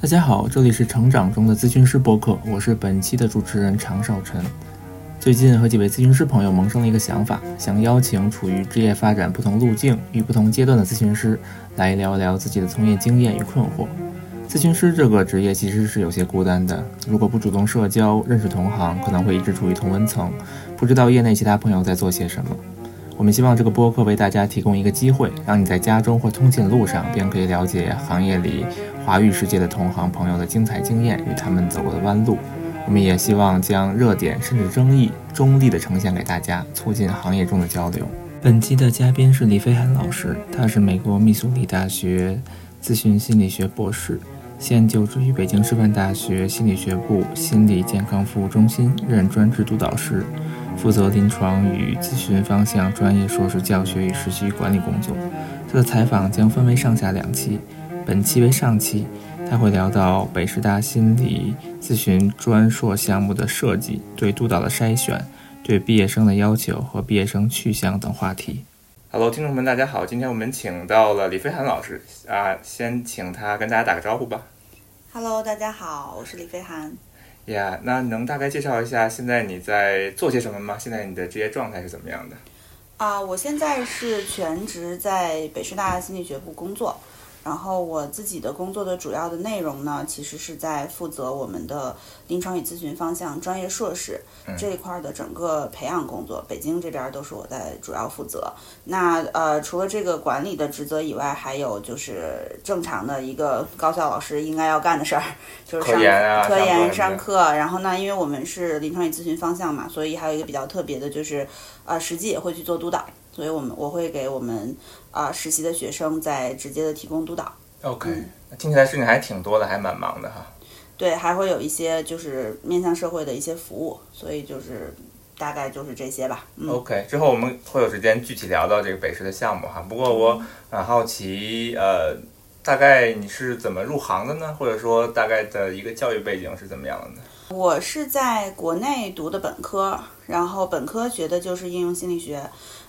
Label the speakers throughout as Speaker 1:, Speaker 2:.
Speaker 1: 大家好，这里是成长中的咨询师播客，我是本期的主持人常少晨。最近和几位咨询师朋友萌生了一个想法，想邀请处于职业发展不同路径与不同阶段的咨询师来聊一聊自己的从业经验与困惑。咨询师这个职业其实是有些孤单的，如果不主动社交、认识同行，可能会一直处于同温层，不知道业内其他朋友在做些什么。我们希望这个播客为大家提供一个机会，让你在家中或通勤路上便可以了解行业里华语世界的同行朋友的精彩经验与他们走过的弯路。我们也希望将热点甚至争议中立的呈现给大家，促进行业中的交流。本期的嘉宾是李飞涵老师，他是美国密苏里大学咨询心理学博士，现就职于北京师范大学心理学部心理健康服务中心，任专职督导师。负责临床与咨询方向专业硕士教学与实习管理工作。他的采访将分为上下两期，本期为上期，他会聊到北师大心理咨询专硕项目的设计、对督导的筛选、对毕业生的要求和毕业生去向等话题。Hello，听众们，大家好，今天我们请到了李飞涵老师啊，先请他跟大家打个招呼吧。
Speaker 2: Hello，大家好，我是李飞涵。
Speaker 1: 呀、yeah,，那能大概介绍一下现在你在做些什么吗？现在你的职业状态是怎么样的？
Speaker 2: 啊、uh,，我现在是全职在北师大心理学部工作，然后我自己的工作的主要的内容呢，其实是在负责我们的临床与咨询方向专业硕士、嗯、这一块的整个培养工作，北京这边都是我在主要负责。那呃，除了这个管理的职责以外，还有就是正常的一个高校老师应该要干的事儿。就是上科
Speaker 1: 研啊，
Speaker 2: 科研上课，然后呢，因为我们是临床与咨询方向嘛，所以还有一个比较特别的就是，呃，实际也会去做督导，所以我们我会给我们啊、呃、实习的学生在直接的提供督导。
Speaker 1: OK，、嗯、听起来事情还挺多的，还蛮忙的哈。
Speaker 2: 对，还会有一些就是面向社会的一些服务，所以就是大概就是这些吧。嗯、
Speaker 3: 哦
Speaker 1: OK，之后我们会有时间具体聊到这个北师的项目哈。不过我很好奇，呃。大概你是怎么入行的呢？或者说大概的一个教育背景是怎么样的呢？
Speaker 2: 我是在国内读的本科，然后本科学的就是应用心理学。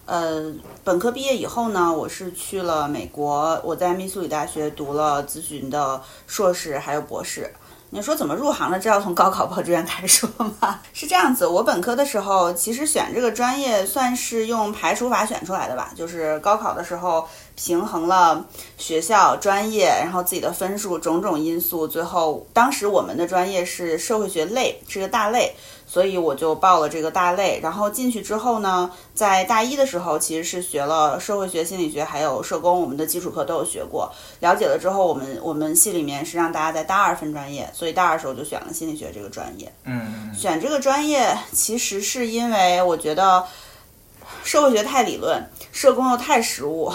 Speaker 2: 呃，本科毕业以后呢，我是去了美国，我在密苏里大学读了咨询的硕士还有博士。你说怎么入行的？这要从高考报志愿开始说吗？ 是这样子，我本科的时候其实选这个专业算是用排除法选出来的吧，就是高考的时候平衡了学校、专业，然后自己的分数种种因素，最后当时我们的专业是社会学类，是个大类，所以我就报了这个大类。然后进去之后呢，在大一的时候其实是学了社会学、心理学还有社工，我们的基础课都有学过。了解了之后，我们我们系里面是让大家在大二分专业。所以大二时候就选了心理学这个专业。
Speaker 1: 嗯，
Speaker 2: 选这个专业其实是因为我觉得社会学太理论，社工又太实务，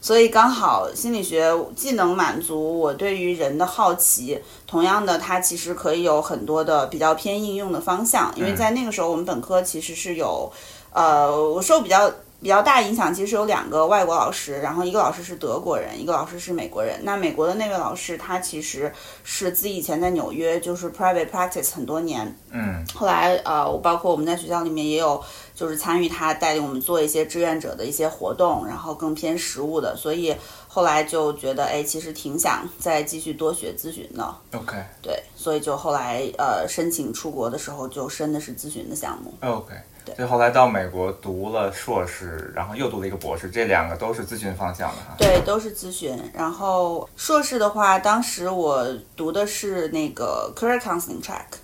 Speaker 2: 所以刚好心理学既能满足我对于人的好奇，同样的它其实可以有很多的比较偏应用的方向。因为在那个时候我们本科其实是有，呃，我受比较。比较大影响其实有两个外国老师，然后一个老师是德国人，一个老师是美国人。那美国的那位老师，他其实是自己以前在纽约就是 private practice 很多年，
Speaker 1: 嗯，
Speaker 2: 后来呃，我包括我们在学校里面也有就是参与他带领我们做一些志愿者的一些活动，然后更偏实务的，所以后来就觉得哎，其实挺想再继续多学咨询的。
Speaker 1: OK，
Speaker 2: 对，所以就后来呃申请出国的时候就申的是咨询的项目。
Speaker 1: OK。所以后来到美国读了硕士，然后又读了一个博士，这两个都是咨询方向的哈。
Speaker 2: 对，都是咨询。然后硕士的话，当时我读的是那个 career counseling track，、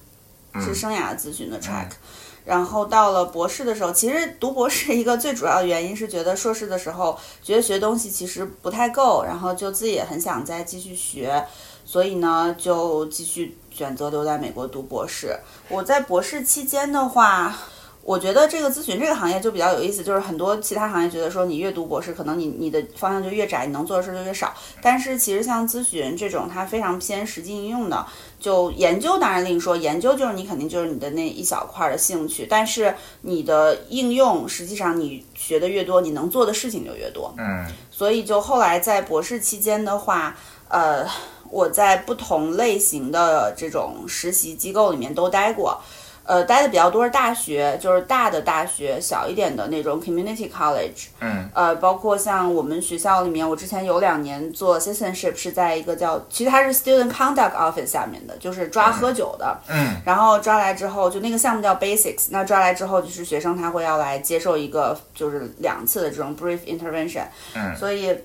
Speaker 1: 嗯、
Speaker 2: 是生涯咨询的 track、
Speaker 1: 嗯。
Speaker 2: 然后到了博士的时候，其实读博士一个最主要的原因是觉得硕士的时候觉得学东西其实不太够，然后就自己也很想再继续学，所以呢就继续选择留在美国读博士。我在博士期间的话。我觉得这个咨询这个行业就比较有意思，就是很多其他行业觉得说你越读博士，可能你你的方向就越窄，你能做的事就越少。但是其实像咨询这种，它非常偏实际应用的，就研究当然另说，研究就是你肯定就是你的那一小块的兴趣，但是你的应用实际上你学的越多，你能做的事情就越多。
Speaker 1: 嗯，
Speaker 2: 所以就后来在博士期间的话，呃，我在不同类型的这种实习机构里面都待过。呃，待的比较多是大学，就是大的大学，小一点的那种 community college，
Speaker 1: 嗯，
Speaker 2: 呃，包括像我们学校里面，我之前有两年做 citizenship 是在一个叫，其实它是 student conduct office 下面的，就是抓喝酒的，
Speaker 1: 嗯，
Speaker 2: 然后抓来之后，就那个项目叫 basics，那抓来之后就是学生他会要来接受一个就是两次的这种 brief intervention，
Speaker 1: 嗯
Speaker 2: 所以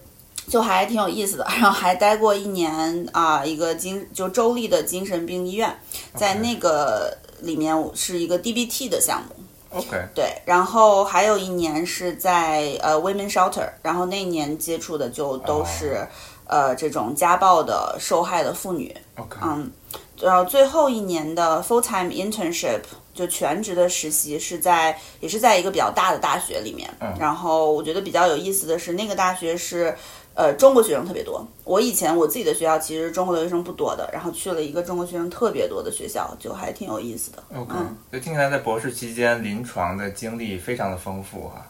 Speaker 2: 就还挺有意思的。然后还待过一年啊、一个精就州立的精神病医院，在那个里面是一个 DBT 的项目，
Speaker 1: ，OK，
Speaker 2: 对。然后还有一年是在呃 Women Shelter，然后那年接触的就都是、呃这种家暴的受害的妇女，
Speaker 1: OK，
Speaker 2: 嗯，然后最后一年的 full time internship 就全职的实习是在也是在一个比较大的大学里面，然后我觉得比较有意思的是那个大学是。呃，中国学生特别多。我以前我自己的学校其实中国留学生不多的，然后去了一个中国学生特别多的学校，就还挺有意思的。
Speaker 1: OK，
Speaker 2: 嗯
Speaker 1: 就听起来在博士期间临床的经历非常的丰富哈、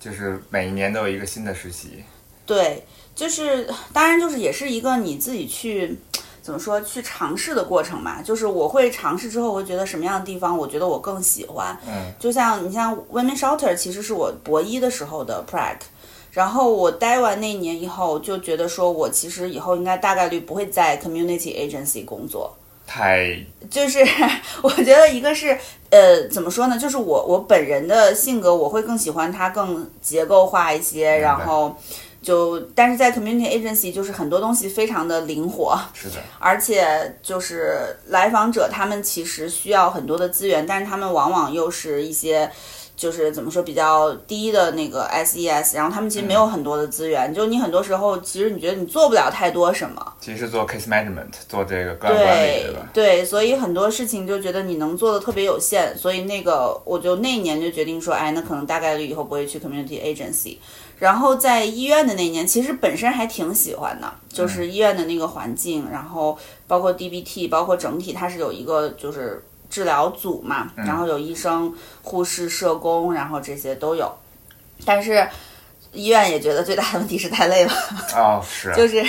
Speaker 1: 就是每一年都有一个新的实习。
Speaker 2: 对，就是当然就是也是一个你自己去怎么说去尝试的过程嘛。就是我会尝试之后，我会觉得什么样的地方，我觉得我更喜欢。
Speaker 1: 嗯，
Speaker 2: 就像你像 Women Shelter，其实是我博一的时候的 Prac。然后我待完那年以后，就觉得说我其实以后应该大概率不会在 community agency 工作，
Speaker 1: 太
Speaker 2: 就是 我觉得一个是呃怎么说呢，就是我我本人的性格，我会更喜欢它更结构化一些，
Speaker 1: 明白
Speaker 2: 然后就但是在 community agency 就是很多东西非常的灵活，
Speaker 1: 是的，
Speaker 2: 而且就是来访者他们其实需要很多的资源，但是他们往往又是一些。就是怎么说比较低的那个 SES，然后他们其实没
Speaker 1: 嗯
Speaker 2: 有很多的资源，就你很多时候其实你觉得你做不了太多什么，
Speaker 1: 其实是做 case management，做这个个案管理，
Speaker 2: 对
Speaker 1: 对吧？
Speaker 2: 对，所以很多事情就觉得你能做的特别有限，所以那个我就那一年就决定说，哎，那可能大概率以后不会去 community agency。然后在医院的那一年，其实本身还挺喜欢的，就是医院的那个环境，然后包括 DBT，包括整体它是有一个就是治疗组嘛，然后有医生、护士、社工，然后这些都有，但是。医院也觉得最大的问题是太累了，
Speaker 1: 哦，是，
Speaker 2: 就是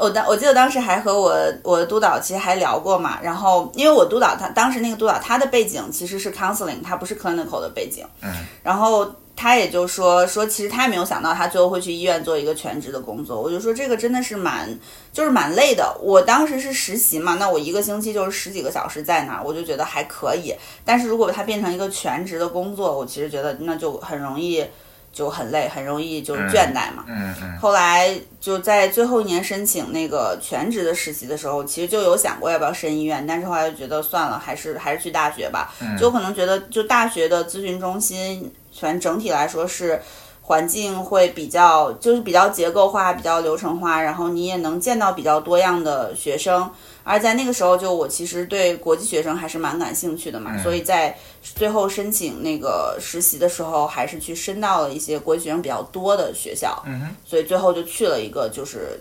Speaker 2: 我当我记得当时还和我我的督导其实还聊过嘛，然后因为我督导他当时那个督导他的背景其实是 counseling，他不是 clinical 的背景，
Speaker 1: 嗯，
Speaker 2: 然后。他也就说说，其实他也没有想到他最后会去医院做一个全职的工作。我就说这个真的是蛮，就是蛮累的。我当时是实习嘛，那我一个星期就是十几个小时在那儿，我就觉得还可以。但是如果它变成一个全职的工作，我其实觉得那就很容易就很累，很容易就倦怠嘛。
Speaker 1: 嗯嗯，
Speaker 2: 后来就在最后一年申请那个全职的实习的时候，其实就有想过要不要申医院，但是后来就觉得算了，还是还是去大学吧。
Speaker 1: 嗯
Speaker 2: 就可能觉得就大学的咨询中心，反正整体来说是环境会比较就是比较结构化、比较流程化，然后你也能见到比较多样的学生。而在那个时候，就我其实对国际学生还是蛮感兴趣的嘛，所以在最后申请那个实习的时候，还是去申到了一些国际学生比较多的学校。
Speaker 1: 嗯哼
Speaker 2: 所以最后就去了一个就是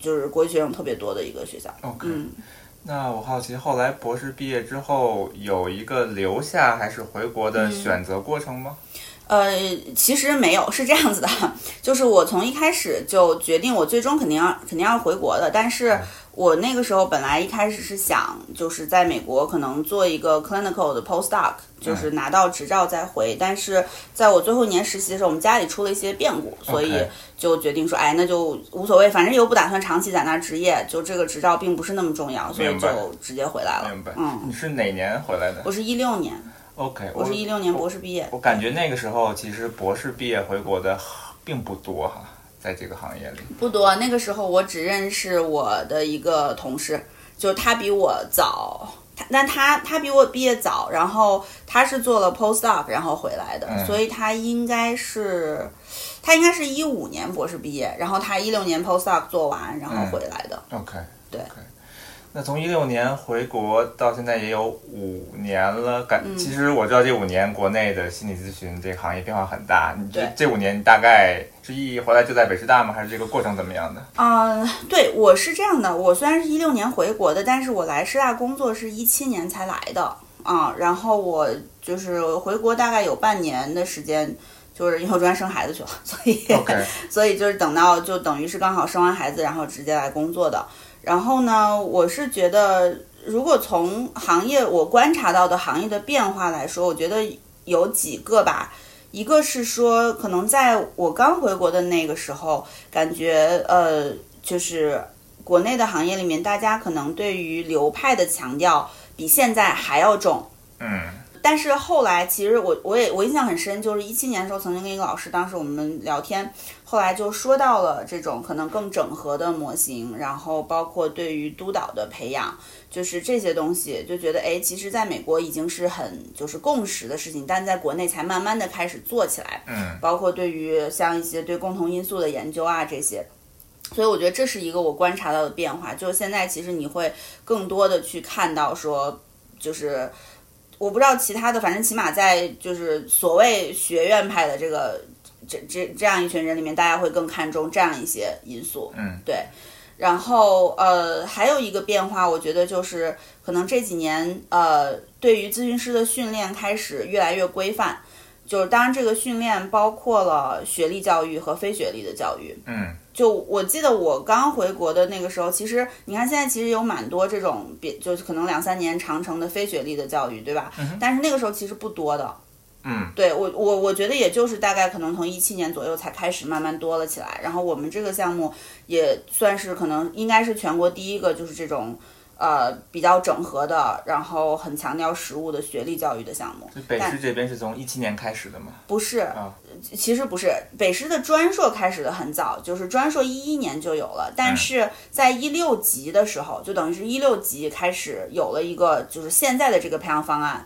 Speaker 2: 就是国际学生特别多的一个学校。
Speaker 1: ，OK。
Speaker 2: 嗯，
Speaker 1: 那我好奇，后来博士毕业之后有一个留下还是回国
Speaker 2: 嗯
Speaker 1: 的选择过程吗？
Speaker 2: 呃，其实没有，是这样子的， 就是我从一开始就决定，我最终肯定要肯定要回国的。但
Speaker 1: 嗯
Speaker 2: 是我那个时候本来一开始是想，就是在美国可能做一个 clinical 的 postdoc，就是
Speaker 1: 嗯
Speaker 2: 拿到执照再回。但是在我最后一年实习的时候，我们家里出了一些变故，所以
Speaker 1: OK
Speaker 2: 就决定说，哎，那就无所谓，反正又不打算长期在那儿执业，就这个执照并不是那么重要，所以
Speaker 1: 明
Speaker 2: 就
Speaker 1: 白
Speaker 2: 直接回来了
Speaker 1: 明白。。
Speaker 2: 嗯，
Speaker 1: 你是哪年回来的
Speaker 2: 我是一六年，
Speaker 1: ？OK，
Speaker 2: 我是一六年博士毕业。
Speaker 1: 我感觉那个时候其实博士毕业回国的并不多哈，在这个行业里。
Speaker 2: 不多，那个时候我只认识我的一个同事，就是他比我早，他但他他比我毕业早，然后他是做了 postdoc 然后回来的，
Speaker 1: 嗯
Speaker 2: 所以他应该是他应该是一五年博士毕业，然后他一六年 postdoc 做完然后回来
Speaker 3: 啊
Speaker 2: 的。
Speaker 1: OK，
Speaker 2: 对
Speaker 1: OK 那从一六年回国到现在也有五年了，感、
Speaker 2: 嗯
Speaker 1: 其实我知道这五年国内的心理咨询这个行业变化很大。你这
Speaker 2: 对
Speaker 1: 这五年你大概是一回来就在北师大吗？还是这个过程怎么 样的？
Speaker 2: 嗯、对我是这样的，我虽然是一六年回国的，但是我来师大工作是一七年才来的啊、然后我就是回国大概有半年的时间，就是因为我专生孩子去了，所以
Speaker 1: OK，
Speaker 2: 所以就是等到就等于是刚好生完孩子，然后直接来工作的。然后呢，我是觉得如果从行业我观察到的行业的变化来说，我觉得有几个吧。一个是说，可能在我刚回国的那个时候，感觉呃，就是国内的行业里面，大家可能对于流派的强调比现在还要重。
Speaker 3: 嗯，
Speaker 2: 但是后来，其实我我也我印象很深，就是一七年的时候，曾经跟一个老师，当时我们聊天，后来就说到了这种可能更整合的模型，然后包括对于督导的培养，就是这些东西，就觉得哎，其实在美国已经是很就是共识的事情，但在国内才慢慢的开始做起来，
Speaker 3: 嗯，
Speaker 2: 包括对于像一些对共同因素的研究啊这些。所以我觉得这是一个我观察到的变化，就是现在其实你会更多的去看到说，就是我不知道其他的，反正起码在就是所谓学院派的这个这这这样一群人里面，大家会更看重这样一些因素。
Speaker 3: 嗯，
Speaker 2: 对。然后呃，还有一个变化，我觉得就是可能这几年呃，对于咨询师的训练开始越来越规范。就是当然，这个训练包括了学历教育和非学历的教育。
Speaker 3: 嗯，
Speaker 2: 就我记得我刚回国的那个时候，其实你看现在其实有蛮多这种别就是可能两三年长程的非学历的教育，对吧？但是那个时候其实不多的。
Speaker 3: 嗯，
Speaker 2: 对我我我觉得也就是大概可能从一七年左右才开始慢慢多了起来，然后我们这个项目也算是可能应该是全国第一个就是这种呃比较整合的，然后很强调实务的学历教育的项目。
Speaker 3: 就北
Speaker 2: 但
Speaker 3: 师这边是从一七年开始的嘛？
Speaker 2: 不是，
Speaker 3: 啊
Speaker 2: 其实不是，北师的专硕开始的很早，就是专硕一一年就有了，
Speaker 3: 哎
Speaker 2: 但是在一六级的时候，就等于是一六级开始有了一个就是现在的这个培养方案。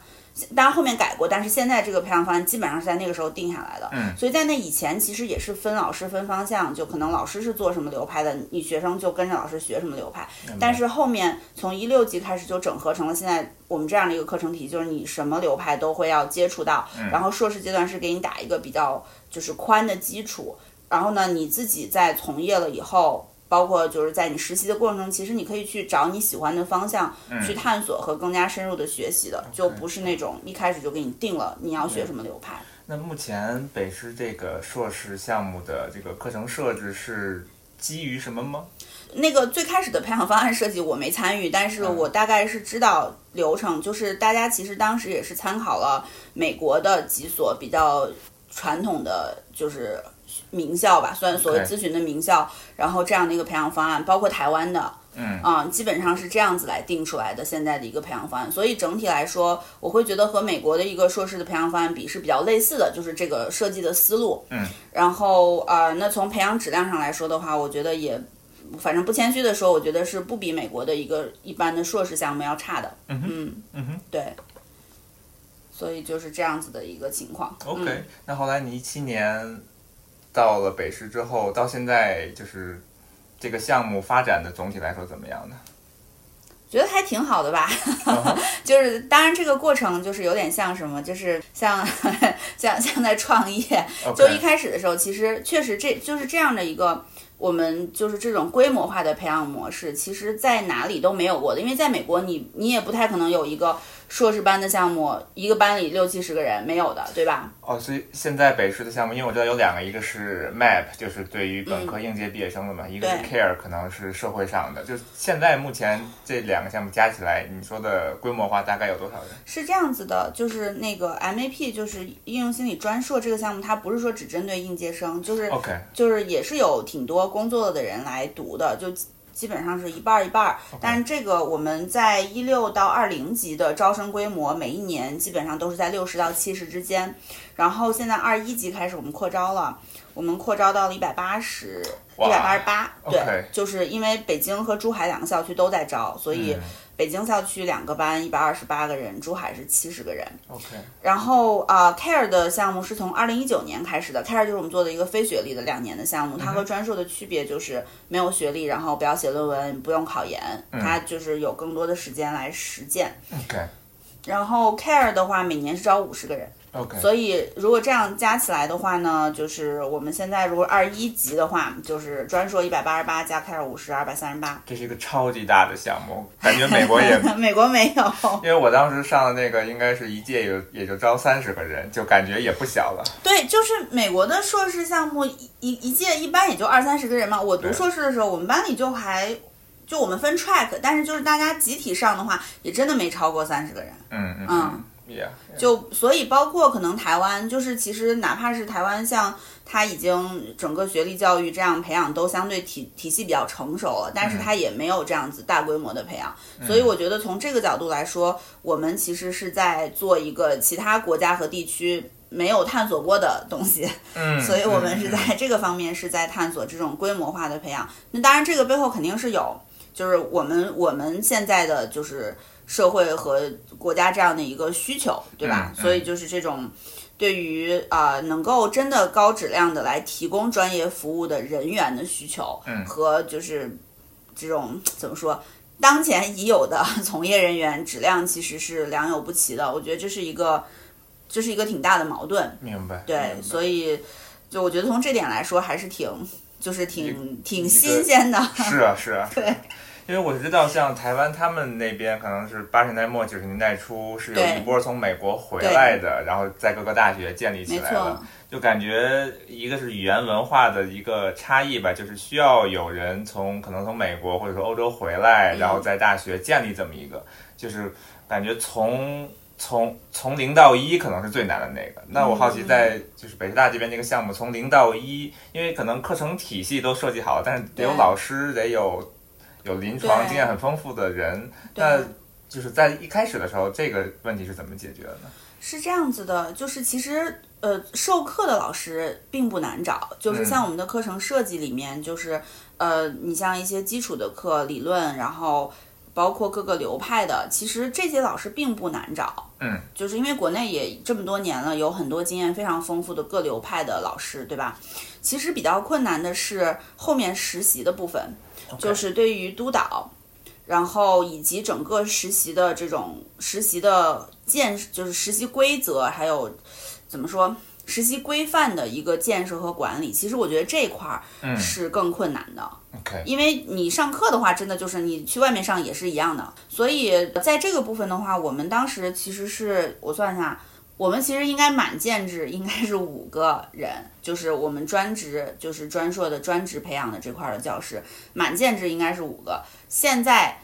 Speaker 2: 当然后面改过，但是现在这个培养方案基本上是在那个时候定下来的。
Speaker 3: 嗯
Speaker 2: 所以在那以前其实也是分老师分方向，就可能老师是做什么流派的，你学生就跟着老师学什么流派。
Speaker 3: 嗯
Speaker 2: 但是后面从一六级开始就整合成了现在我们这样的一个课程体系，就是你什么流派都会要接触到，然后硕士阶段是给你打一个比较就是宽的基础，然后呢你自己在从业了以后。包括就是在你实习的过程中，其实你可以去找你喜欢的方向去探索和更加深入的学习的，就不是那种一开始就给你定了你要学什么流派。
Speaker 3: 那目前北师这个硕士项目的这个课程设置是基于什么吗？
Speaker 2: 那个最开始的培养方案设计我没参与，但
Speaker 3: 嗯
Speaker 2: 是我大概是知道流程，就是大家其实当时也是参考了美国的几所比较传统的就是名校吧，算所谓
Speaker 3: OK
Speaker 2: 咨询的名校然后这样的一个培养方案，包括台湾的，
Speaker 3: 嗯
Speaker 2: 啊、基本上是这样子来定出来的现在的一个培养方案。所以整体来说，我会觉得和美国的一个硕士的培养方案比是比较类似的，就是这个设计的思路。
Speaker 3: 嗯，
Speaker 2: 然后呃，那从培养质量上来说的话，我觉得也，反正不谦虚的说，我觉得是不比美国的一个一般的硕士项目要差的。
Speaker 3: 嗯哼
Speaker 2: 嗯，
Speaker 3: 嗯哼
Speaker 2: 对。所以就是这样子的一个情况。
Speaker 3: ，OK、
Speaker 2: 嗯
Speaker 3: 那后来你一七年到了北师之后，到现在就是这个项目发展的总体来说怎么样呢？
Speaker 2: 觉得还挺好的吧，
Speaker 3: 嗯哼
Speaker 2: 就是当然这个过程就是有点像什么，就是像像像在创业，就一
Speaker 3: OK，
Speaker 2: 开始的时候，其实确实这就是这样的一个。我们就是这种规模化的培养模式，其实在哪里都没有过的。因为在美国你，你也不太可能有一个硕士班的项目，一个班里六七十个人没有的，对吧？
Speaker 3: 哦，所以现在北师的项目，因为我知道有两个，一个是 MAP，就是对于本
Speaker 2: 嗯
Speaker 3: 科应届毕业生的嘛，一个是 CARE，可能是社会上的。就是现在目前这两个项目加起来，你说的规模化大概有多少人？
Speaker 2: 是这样子的，就是那个 MAP，就是应用心理专硕这个项目，它不是说只针对应届生，就是
Speaker 3: OK，
Speaker 2: 就是也是有挺多工作的人来读的，就基基本上是一半儿一半儿。
Speaker 3: 哦
Speaker 2: 但是这个我们在一六到二零级的招生规模，每一年基本上都是在六十到七十之间。然后现在二一级开始我们扩招了，我们扩招到了一百八十。一
Speaker 3: 哇
Speaker 2: 百八十八，对
Speaker 3: OK
Speaker 2: 就是因为北京和珠海两个校区都在招，所以
Speaker 3: 嗯
Speaker 2: 北京校区两个班一百二十八个人，珠海是七十个人。
Speaker 3: ，OK，
Speaker 2: 然后啊、c a r e 的项目是从二零一九年开始的，Care 就是我们做的一个非学历的两年的项目。它和专硕的区别就是没有学历，然后不要写论文，不用考研，它就是有更多的时间来实践。
Speaker 3: OK，
Speaker 2: 然后 Care 的话，每年是招五十个人，
Speaker 3: OK，
Speaker 2: 所以如果这样加起来的话呢，就是我们现在如果二一级的话，就是专硕一百八十八加 Care 五十，二百三十八。
Speaker 3: 这是一个超级大的项目，感觉美国也，
Speaker 2: 美国没有，
Speaker 3: 因为我当时上的那个应该是一届也也就招三十个人，就感觉也不小了。
Speaker 2: 对，就是美国的硕士项目一一一届一般也就二三十个人嘛。我读
Speaker 3: 对
Speaker 2: 硕士的时候，我们班里就还就我们分 track，但是就是大家集体上的话，也真的没超过三十个人。
Speaker 3: 嗯嗯
Speaker 2: 嗯
Speaker 3: 嗯，Yeah，
Speaker 2: 就所以包括可能台湾，就是其实哪怕是台湾，像它已经整个学历教育这样培养都相对体体系比较成熟了，但是它也没有这样子大规模的培养。所以我觉得从这个角度来说，我们其实是在做一个其他国家和地区。没有探索过的东西，
Speaker 3: 嗯，
Speaker 2: 所以我们是
Speaker 3: 嗯
Speaker 2: 在这个方面是在探索这种规模化的培养。那当然，这个背后肯定是有，就是我们我们现在的就是社会和国家这样的一个需求，对吧？
Speaker 3: 嗯嗯
Speaker 2: 所以就是这种对于啊、呃能够真的高质量的来提供专业服务的人员的需求，
Speaker 3: 嗯
Speaker 2: 和就是这种怎么说？当前已有的 从业人员质量其实是良莠不齐的，我觉得这是一个，这是一个挺大的矛盾。
Speaker 3: 嗯明白。
Speaker 2: 对，
Speaker 3: 明白
Speaker 2: 所以就我觉得从这点来说，还是挺就是挺
Speaker 3: 一
Speaker 2: 挺
Speaker 3: 个
Speaker 2: 新鲜的。
Speaker 3: 是啊，是 啊，对。因为我知道，像台湾他们那边可能是八十年代末九十年代初是有
Speaker 2: 对
Speaker 3: 一波从美国回
Speaker 2: 对
Speaker 3: 来的，然后在各个大学建立
Speaker 2: 没
Speaker 3: 起来了
Speaker 2: 错。，
Speaker 3: 就感觉一个是语言文化的一个差异吧，就是需要有人从可能从美国或者说欧洲回来，
Speaker 2: 嗯
Speaker 3: 然后在大学建立这么一个，就是感觉从从从零到一可能是最难的那个。那我好
Speaker 2: 嗯
Speaker 3: 奇在就是北师大这边这个项目从零到一，因为可能课程体系都设计好了，但是得有
Speaker 2: 对
Speaker 3: 老师，得有有临床
Speaker 2: 对
Speaker 3: 经验很丰富的人，那
Speaker 2: 对。
Speaker 3: 就是在一开始的时候，这个问题是怎么解决的呢？
Speaker 2: 是这样子的，就是其实呃，授课的老师并不难找，就是
Speaker 3: 嗯
Speaker 2: 像我们的课程设计里面，就是、呃，你像一些基础的课理论，然后包括各个流派的，其实这些老师并不难找。
Speaker 3: 嗯，
Speaker 2: 就是因为国内也这么多年了，有很多经验非常丰富的各流派的老师，对吧？其实比较困难的是后面实习的部分。就是对于督导，然后以及整个实习的这种实习的建，就是实习规则，还有怎么说实习规范的一个建设和管理。其实我觉得这一块儿
Speaker 3: 嗯
Speaker 2: 是更困难的。
Speaker 3: OK
Speaker 2: 因为你上课的话，真的就是你去外面上也是一样的。所以在这个部分的话，我们当时其实是我算一下，我们其实应该满建制应该是五个人，就是我们专职就是专硕的专职培养的这块儿的教师，满建制应该是五个。现在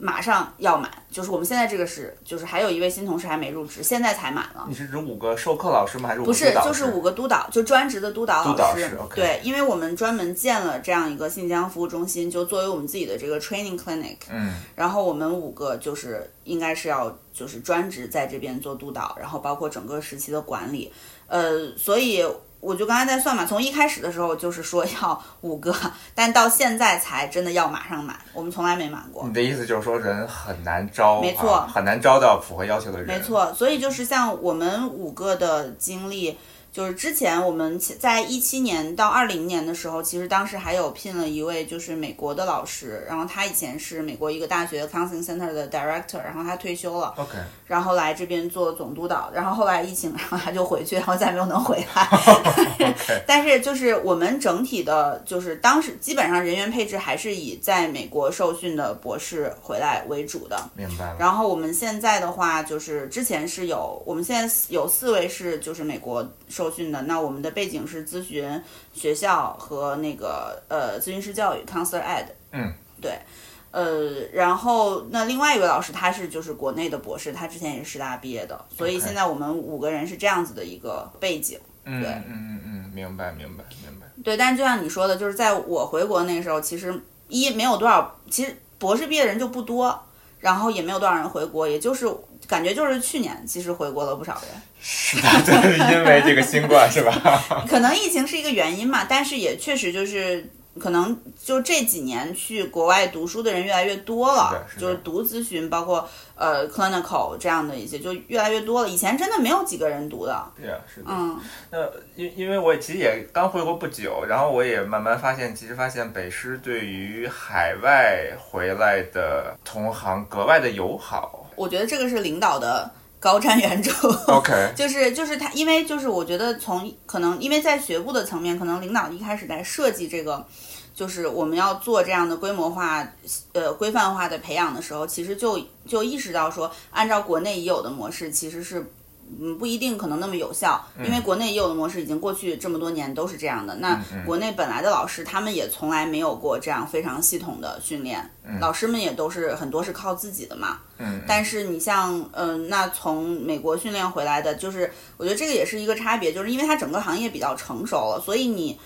Speaker 2: 马上要满，就是我们现在这个是，就是还有一位新同事还没入职，现在才满了。
Speaker 3: 你是指五个授课老师吗？还是五个
Speaker 2: 不是
Speaker 3: 督，导
Speaker 2: 就是
Speaker 3: 师
Speaker 2: 五个督导，就专职的督导
Speaker 3: 督导
Speaker 2: 老师。
Speaker 3: 师，OK
Speaker 2: 对，因为我们专门建了这样一个信江服务中心，就作为我们自己的这个 training clinic。
Speaker 3: 嗯。
Speaker 2: 然后我们五个就是应该是要就是专职在这边做督导，然后包括整个时期的管理。呃，所以我就刚才在算嘛，从一开始的时候就是说要五个，但到现在才真的要马上满，我们从来没满过。
Speaker 3: 你的意思就是说人很难招，
Speaker 2: 没错
Speaker 3: 啊很难招到符合要求的人。
Speaker 2: 没，错，所以就是像我们五个的经历，就是之前我们其在一七年到二零年的时候，其实当时还有聘了一位就是美国的老师，然后他以前是美国一个大学 counseling center 的 director，然后他退休了，
Speaker 3: OK，
Speaker 2: 然后来这边做总督导，然后后来疫情，然后他就回去，然后再没有能回来。 但是就是我们整体的，就是当时基本上人员配置还是以在美国受训的博士回来为主的。
Speaker 3: 明白了。
Speaker 2: 然后我们现在的话，就是之前是有，我们现在有四位是就是美国受训的，那我们的背景是咨询学校和那个呃咨询师教育 （counselor ed）。
Speaker 3: 嗯，
Speaker 2: 对，呃，然后那另外一位老师他是就是国内的博士，他之前也是师大毕业的，所以
Speaker 3: OK
Speaker 2: 现在我们五个人是这样子的一个背景。
Speaker 3: 嗯
Speaker 2: 对
Speaker 3: 嗯嗯嗯，明白明白明白。
Speaker 2: 对，但是就像你说的，就是在我回国那个时候，其实一没有多少，其实博士毕业的人就不多，然后也没有多少人回国，也就是感觉就是去年其实回国了不少人，
Speaker 3: 是吧？就是因为这个新冠是吧？
Speaker 2: 可能疫情是一个原因嘛，但是也确实就是。可能就这几年去国外读书的人越来越多
Speaker 3: 是
Speaker 2: 了
Speaker 3: 的，是的
Speaker 2: 就是读咨询，包括呃 clinical 这样的一些，就越来越多了。以前真的没有几个人读的，
Speaker 3: 对呀，是的。
Speaker 2: 嗯，
Speaker 3: 那因因为我其实也刚回国不久，然后我也慢慢发现，其实发现北师对于海外回来的同行格外的友好。
Speaker 2: 我觉得这个是领导的高瞻远瞩。
Speaker 3: OK，
Speaker 2: 就是就是他，因为就是我觉得从可能因为在学部的层面，可能领导一开始在设计这个，就是我们要做这样的规模化、呃规范化的培养的时候，其实就就意识到说，按照国内已有的模式，其实是嗯，不一定可能那么有效，因为国内也有的模式已经过去这么多年都是这样的。那国内本来的老师他们也从来没有过这样非常系统的训练，老师们也都是很多是靠自己的嘛。
Speaker 3: 嗯，
Speaker 2: 但是你像，嗯、呃，那从美国训练回来的，就是我觉得这个也是一个差别，就是因为它整个行业比较成熟了，所以你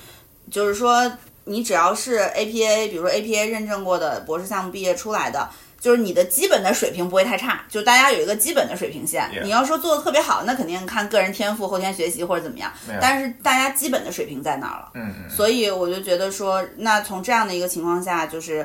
Speaker 2: 就是说，你只要是 APA，比如说 APA 认证过的博士项目毕业出来的。就是你的基本的水平不会太差，就大家有一个基本的水平线。
Speaker 3: Yeah.
Speaker 2: 你要说做的特别好，那肯定看个人天赋、后天学习或者怎么样。
Speaker 3: 没有
Speaker 2: 但是大家基本的水平在那儿了，
Speaker 3: 嗯嗯，
Speaker 2: 所以我就觉得说，那从这样的一个情况下，就是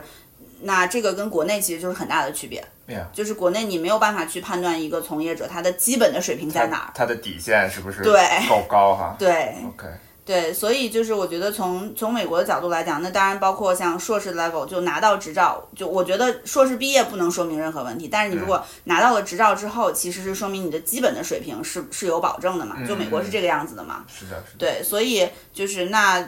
Speaker 2: 那这个跟国内其实就是很大的区别。
Speaker 3: Yeah.
Speaker 2: 就是国内你没有办法去判断一个从业者他的基本的水平在哪儿。
Speaker 3: 它的底线是不是
Speaker 2: 对
Speaker 3: 够高 哈
Speaker 2: 对，
Speaker 3: ？OK，
Speaker 2: 对，所以就是我觉得从从美国的角度来讲，那当然包括像硕士 level 就拿到执照，就我觉得硕士毕业不能说明任何问题，但是你如果拿到了执照之后，其实是说明你的基本的水平是是有保证的嘛，就美国是这个样子的嘛。
Speaker 3: 是的，是的，
Speaker 2: 对，所以就是那。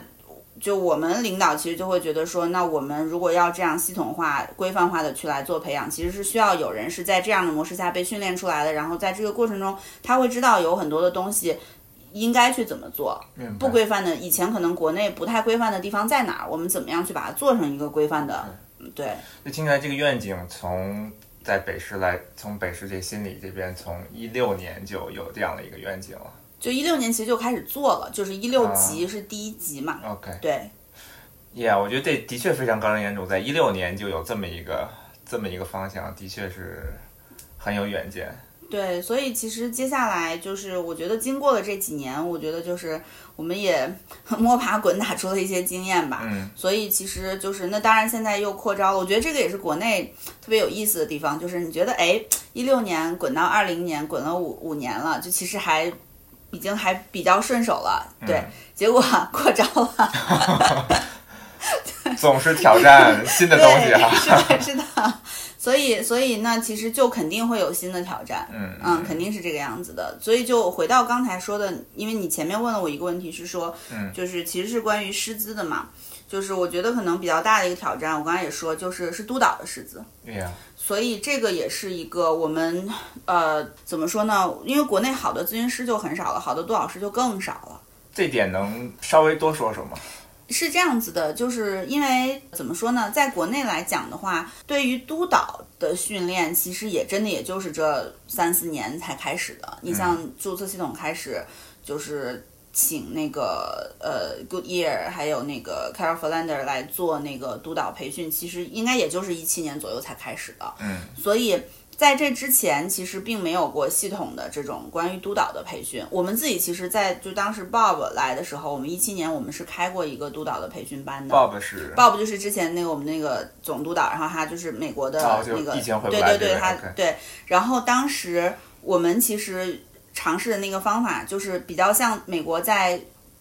Speaker 2: 就我们领导其实就会觉得说，那我们如果要这样系统化、规范化的去来做培养，其实是需要有人是在这样的模式下被训练出来的，然后在这个过程中，他会知道有很多的东西应该去怎么做，
Speaker 3: 明白
Speaker 2: 不规范的，以前可能国内不太规范的地方在哪儿？我们怎么样去把它做成一个规范的？嗯对，
Speaker 3: 就听起来这个愿景从在北师来，从北师这心理这边，从一六年就有这样的一个愿景了。
Speaker 2: 就一六年其实就开始做了，就是一六
Speaker 3: 啊
Speaker 2: 级是第一级嘛，
Speaker 3: OK，
Speaker 2: 对，
Speaker 3: Yeah，我觉得这的确非常高瞻远瞩，在一六年就有这么一个这么一个方向，的确是很有远见。
Speaker 2: 对，所以其实接下来就是，我觉得经过了这几年，我觉得就是我们也 摸爬滚打出了一些经验吧。
Speaker 3: 嗯
Speaker 2: 所以其实就是，那当然现在又扩招了，我觉得这个也是国内特别有意思的地方，就是你觉得哎，一六年滚到二零年，滚了五五年了，就其实还已经还比较顺手了，对。结果 扩招了，
Speaker 3: 嗯，总是挑战新的
Speaker 2: 对，
Speaker 3: 东西啊 哈、
Speaker 2: 是的，是的。所以，所以那其实就肯定会有新的挑战。
Speaker 3: 嗯
Speaker 2: 嗯，肯定是这个样子的。所以就回到刚才说的，因为你前面问了我一个问题，是说，
Speaker 3: 嗯
Speaker 2: 就是其实是关于师资的嘛，就是我觉得可能比较大的一个挑战，我刚才也说，就是是督导的师资。
Speaker 3: 嗯，Yeah，
Speaker 2: 所以这个也是一个我们呃怎么说呢？因为国内好的咨询师就很少了，好的督导师就更少了。
Speaker 3: 这点能稍微多说说吗？
Speaker 2: 是这样子的，就是因为怎么说呢，在国内来讲的话，对于督导的训练，其实也真的也就是这三四年才开始的。你像注册系统开始，就是请那个呃 Goodyear 还有那个 Carol Flander 来做那个督导培训，其实应该也就是一七年左右才开始的。
Speaker 3: 嗯，
Speaker 2: 所以。在这之前，其实并没有过系统的这种关于督导的培训。我们自己其实在，就当时 Bob 来的时候，我们一七年我们是开过一个督导的培训班的。
Speaker 3: ，Bob 是
Speaker 2: Bob 就是之前那个我们那个总督导，然后他就是美国的
Speaker 3: 哦就
Speaker 2: 那个，
Speaker 3: 疫情回不
Speaker 2: 对
Speaker 3: 来
Speaker 2: 对对，
Speaker 3: 这个
Speaker 2: 他
Speaker 3: OK
Speaker 2: 对。然后当时我们其实尝试的那个方法，就是比较像美国在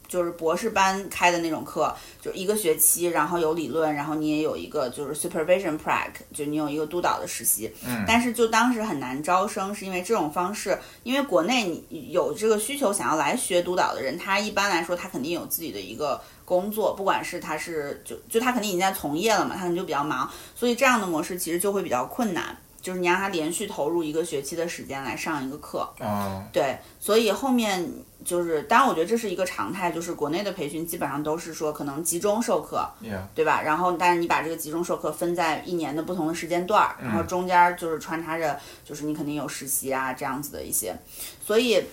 Speaker 2: 就是博士班开的那种课，就一个学期，然后有理论，然后你也有一个就是 supervision prac，就你有一个督导的实习。
Speaker 3: 嗯
Speaker 2: 但是就当时很难招生，是因为这种方式，因为国内你有这个需求想要来学督导的人，他一般来说他肯定有自己的一个工作，不管是他是就就他肯定已经在从业了嘛，他可能就比较忙，所以这样的模式其实就会比较困难。就是你让他连续投入一个学期的时间来上一个课，
Speaker 3: 嗯
Speaker 2: 对，所以后面就是，当然我觉得这是一个常态，就是国内的培训基本上都是说可能集中授课，
Speaker 3: ，Yeah，
Speaker 2: 对吧？然后，但是你把这个集中授课分在一年的不同的时间段儿，然后中间儿就是穿插着，就是你肯定有实习啊这样子的一些，所以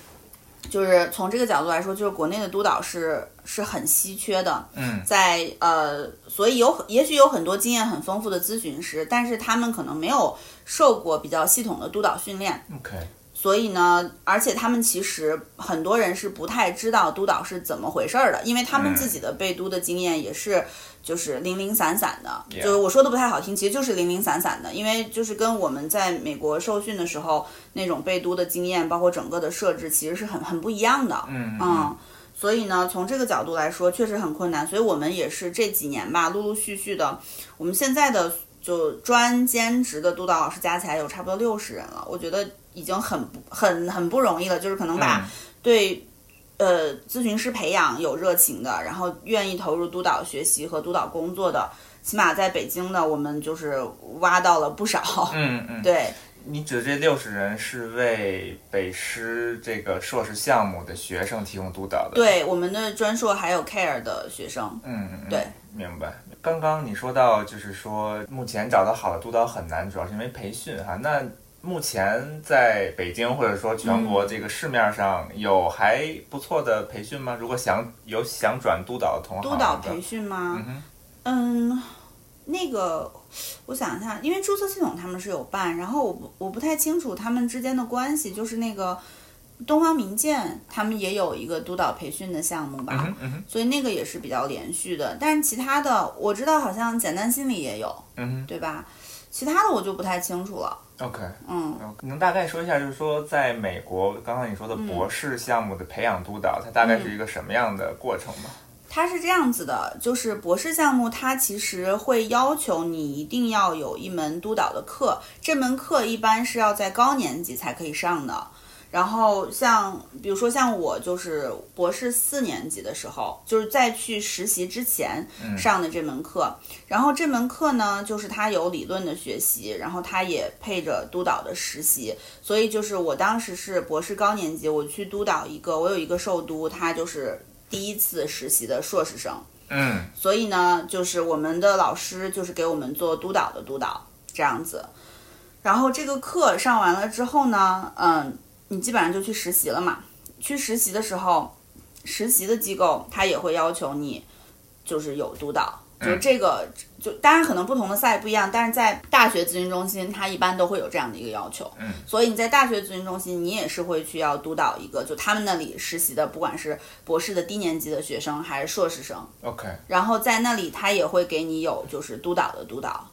Speaker 2: 就是从这个角度来说，就是国内的督导是是很稀缺的，
Speaker 3: 嗯，
Speaker 2: 在呃，所以有也许有很多经验很丰富的咨询师，但是他们可能没有受过比较系统的督导训练，
Speaker 3: ，OK，
Speaker 2: 所以呢，而且他们其实很多人是不太知道督导是怎么回事儿的，因为他们
Speaker 3: 嗯
Speaker 2: 自己的被督的经验也是就是零零散散的
Speaker 3: Yeah
Speaker 2: 就是我说的不太好听，其实就是零零散散的，因为就是跟我们在美国受训的时候那种被督的经验，包括整个的设置，其实是很很不一样的。
Speaker 3: 嗯
Speaker 2: 嗯，所以呢，从这个角度来说，确实很困难。所以我们也是这几年吧，陆陆续续的，我们现在的就专兼职的督导老师加起来有差不多六十人了，我觉得已经很不很很不容易了，就是可能把
Speaker 3: 嗯
Speaker 2: 对。呃，咨询师培养有热情的，然后愿意投入督导学习和督导工作的，起码在北京呢，我们就是挖到了不少。
Speaker 3: 嗯嗯，
Speaker 2: 对，
Speaker 3: 你指的这六十人是为北师这个硕士项目的学生提供督导的？
Speaker 2: 对，我们的专硕还有 CARE 的学生，
Speaker 3: 嗯，嗯
Speaker 2: 对，
Speaker 3: 明白。刚刚你说到，就是说目前找到好的督导很难，主要是因为培训哈。那目前在北京或者说全国这个市面上有还不错的培训吗？如果想有想转督导的同行
Speaker 2: 督
Speaker 3: 的
Speaker 2: 导培训吗？
Speaker 3: 嗯哼
Speaker 2: 嗯，那个，我想一下，因为注册系统他们是有办，然后我不我不太清楚他们之间的关系，就是那个东方明鉴他们也有一个督导培训的项目
Speaker 3: 嗯
Speaker 2: 吧，
Speaker 3: 哼嗯哼
Speaker 2: 所以那个也是比较连续的。但是其他的我知道好像简单心理也有，
Speaker 3: 嗯
Speaker 2: 对吧？其他的我就不太清楚了。
Speaker 3: 哼，OK。
Speaker 2: 嗯，
Speaker 3: 嗯能大概说一下，就是说在美国，刚刚你说的
Speaker 2: 嗯
Speaker 3: 博士项目的培养督导，它大概是一个什么样的过程吗？
Speaker 2: 它是这样子的，就是博士项目，它其实会要求你一定要有一门督导的课，这门课一般是要在高年级才可以上的。然后像比如说像我就是博士四年级的时候，就是在去实习之前
Speaker 3: 嗯
Speaker 2: 上的这门课。然后这门课呢，就是它有理论的学习，然后它也配着督导的实习。所以就是我当时是博士高年级，我去督导一个，我有一个授督，他就是第一次实习的硕士生。
Speaker 3: 嗯
Speaker 2: 所以呢，就是我们的老师就是给我们做督导的督导这样子。然后这个课上完了之后呢，嗯，你基本上就去实习了嘛。去实习的时候，实习的机构他也会要求你就是有督导，就
Speaker 3: 嗯
Speaker 2: 这个就当然可能不同的赛不一样，但是在大学咨询中心，它一般都会有这样的一个要求。
Speaker 3: 嗯，
Speaker 2: 所以你在大学咨询中心，你也是会去要督导一个就他们那里实习的，不管是博士的低年级的学生还是硕士生，
Speaker 3: ，OK，
Speaker 2: 然后在那里他也会给你有就是督导的督导，